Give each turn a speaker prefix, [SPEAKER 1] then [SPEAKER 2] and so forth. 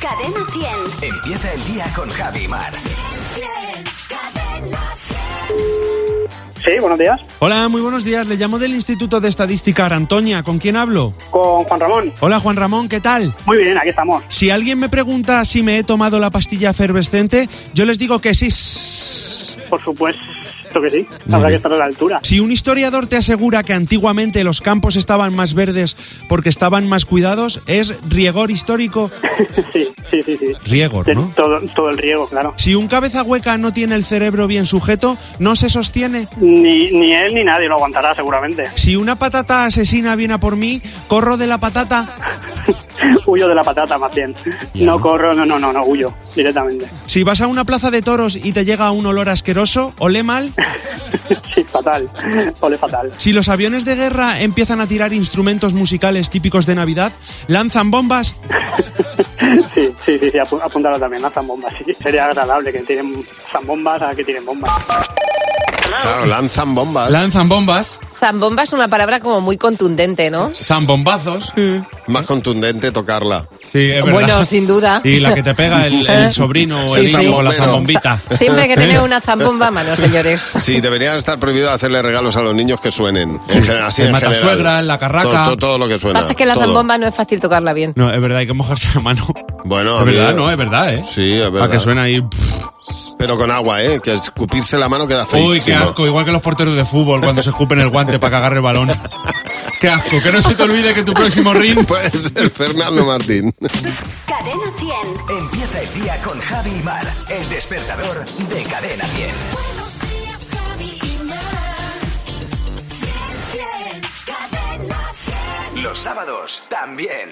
[SPEAKER 1] Cadena 100.
[SPEAKER 2] Empieza el día con Javi Mar.
[SPEAKER 3] Sí, buenos días.
[SPEAKER 4] Hola, muy buenos días. Le llamo del Instituto de Estadística Arantoña. ¿Con quién hablo?
[SPEAKER 3] Con Juan Ramón.
[SPEAKER 4] Hola, Juan Ramón, ¿qué tal?
[SPEAKER 3] Muy bien, aquí estamos.
[SPEAKER 4] Si alguien me pregunta si me he tomado la pastilla efervescente, yo les digo que sí. Si
[SPEAKER 3] Por supuesto que sí. Habrá que estar a la altura.
[SPEAKER 4] un historiador te asegura que antiguamente los campos estaban más verdes porque estaban más cuidados, es riegor histórico.
[SPEAKER 3] sí, sí, sí, sí.
[SPEAKER 4] Riegor,
[SPEAKER 3] De
[SPEAKER 4] ¿no?
[SPEAKER 3] todo, todo el riego, claro.
[SPEAKER 4] Si un cabeza hueca no tiene el cerebro bien sujeto, no se sostiene.
[SPEAKER 3] Ni, ni él ni nadie lo aguantará seguramente.
[SPEAKER 4] Si una patata asesina viene a por mí, corro de la patata.
[SPEAKER 3] huyo de la patata más bien. No corro, no, no, no, no, huyo directamente.
[SPEAKER 4] Si vas a una plaza de toros y te llega un olor asqueroso, olé mal.
[SPEAKER 3] sí, fatal. Ole fatal.
[SPEAKER 4] Si los aviones de guerra empiezan a tirar instrumentos musicales típicos de Navidad, lanzan bombas.
[SPEAKER 3] sí, sí, sí, sí, apu- apúntalo también, lanzan bombas. Sí, sería agradable que tiren zambombas a que tiren bombas.
[SPEAKER 5] Claro, lanzan bombas.
[SPEAKER 6] Lanzan bombas,
[SPEAKER 7] Zambomba es una palabra como muy contundente, ¿no?
[SPEAKER 6] zambombazos.
[SPEAKER 5] Más contundente tocarla.
[SPEAKER 4] Sí, es verdad.
[SPEAKER 7] Bueno, sin duda.
[SPEAKER 4] Y la que te pega el, el sobrino o el
[SPEAKER 7] Sí,
[SPEAKER 4] hijo
[SPEAKER 7] sí.
[SPEAKER 4] con la
[SPEAKER 5] Bombero.
[SPEAKER 4] zambombita.
[SPEAKER 7] Siempre que tener una zambomba a mano, señores.
[SPEAKER 5] Sí, deberían estar prohibido hacerle regalos a los niños que suenen. En general, así
[SPEAKER 4] El
[SPEAKER 5] en
[SPEAKER 4] matasuegra,
[SPEAKER 5] general.
[SPEAKER 4] la carraca.
[SPEAKER 5] Todo, todo- todo lo que suena.
[SPEAKER 7] Pasa es que la
[SPEAKER 5] todo.
[SPEAKER 7] zambomba no es fácil tocarla bien.
[SPEAKER 4] No, es verdad, hay que mojarse la mano.
[SPEAKER 5] Bueno,
[SPEAKER 4] es
[SPEAKER 5] a mí-
[SPEAKER 4] verdad, no, es verdad, ¿eh?
[SPEAKER 5] Sí, es
[SPEAKER 4] Para
[SPEAKER 5] verdad.
[SPEAKER 4] que suena ahí. pff.
[SPEAKER 5] Pero con agua, ¿eh? Que escupirse la mano queda feísimo.
[SPEAKER 4] Uy, qué asco. Igual que los porteros de fútbol cuando se escupen el guante para cagar el balón. Qué asco. Que no se te olvide que tu próximo ring.
[SPEAKER 5] Puede ser Fernando Martín.
[SPEAKER 1] Cadena 100.
[SPEAKER 2] Empieza el día con Javi y Mar. El despertador de Cadena 10.
[SPEAKER 8] Buenos días, Javi y Mar. Bien, bien, cadena 100.
[SPEAKER 2] Los sábados también.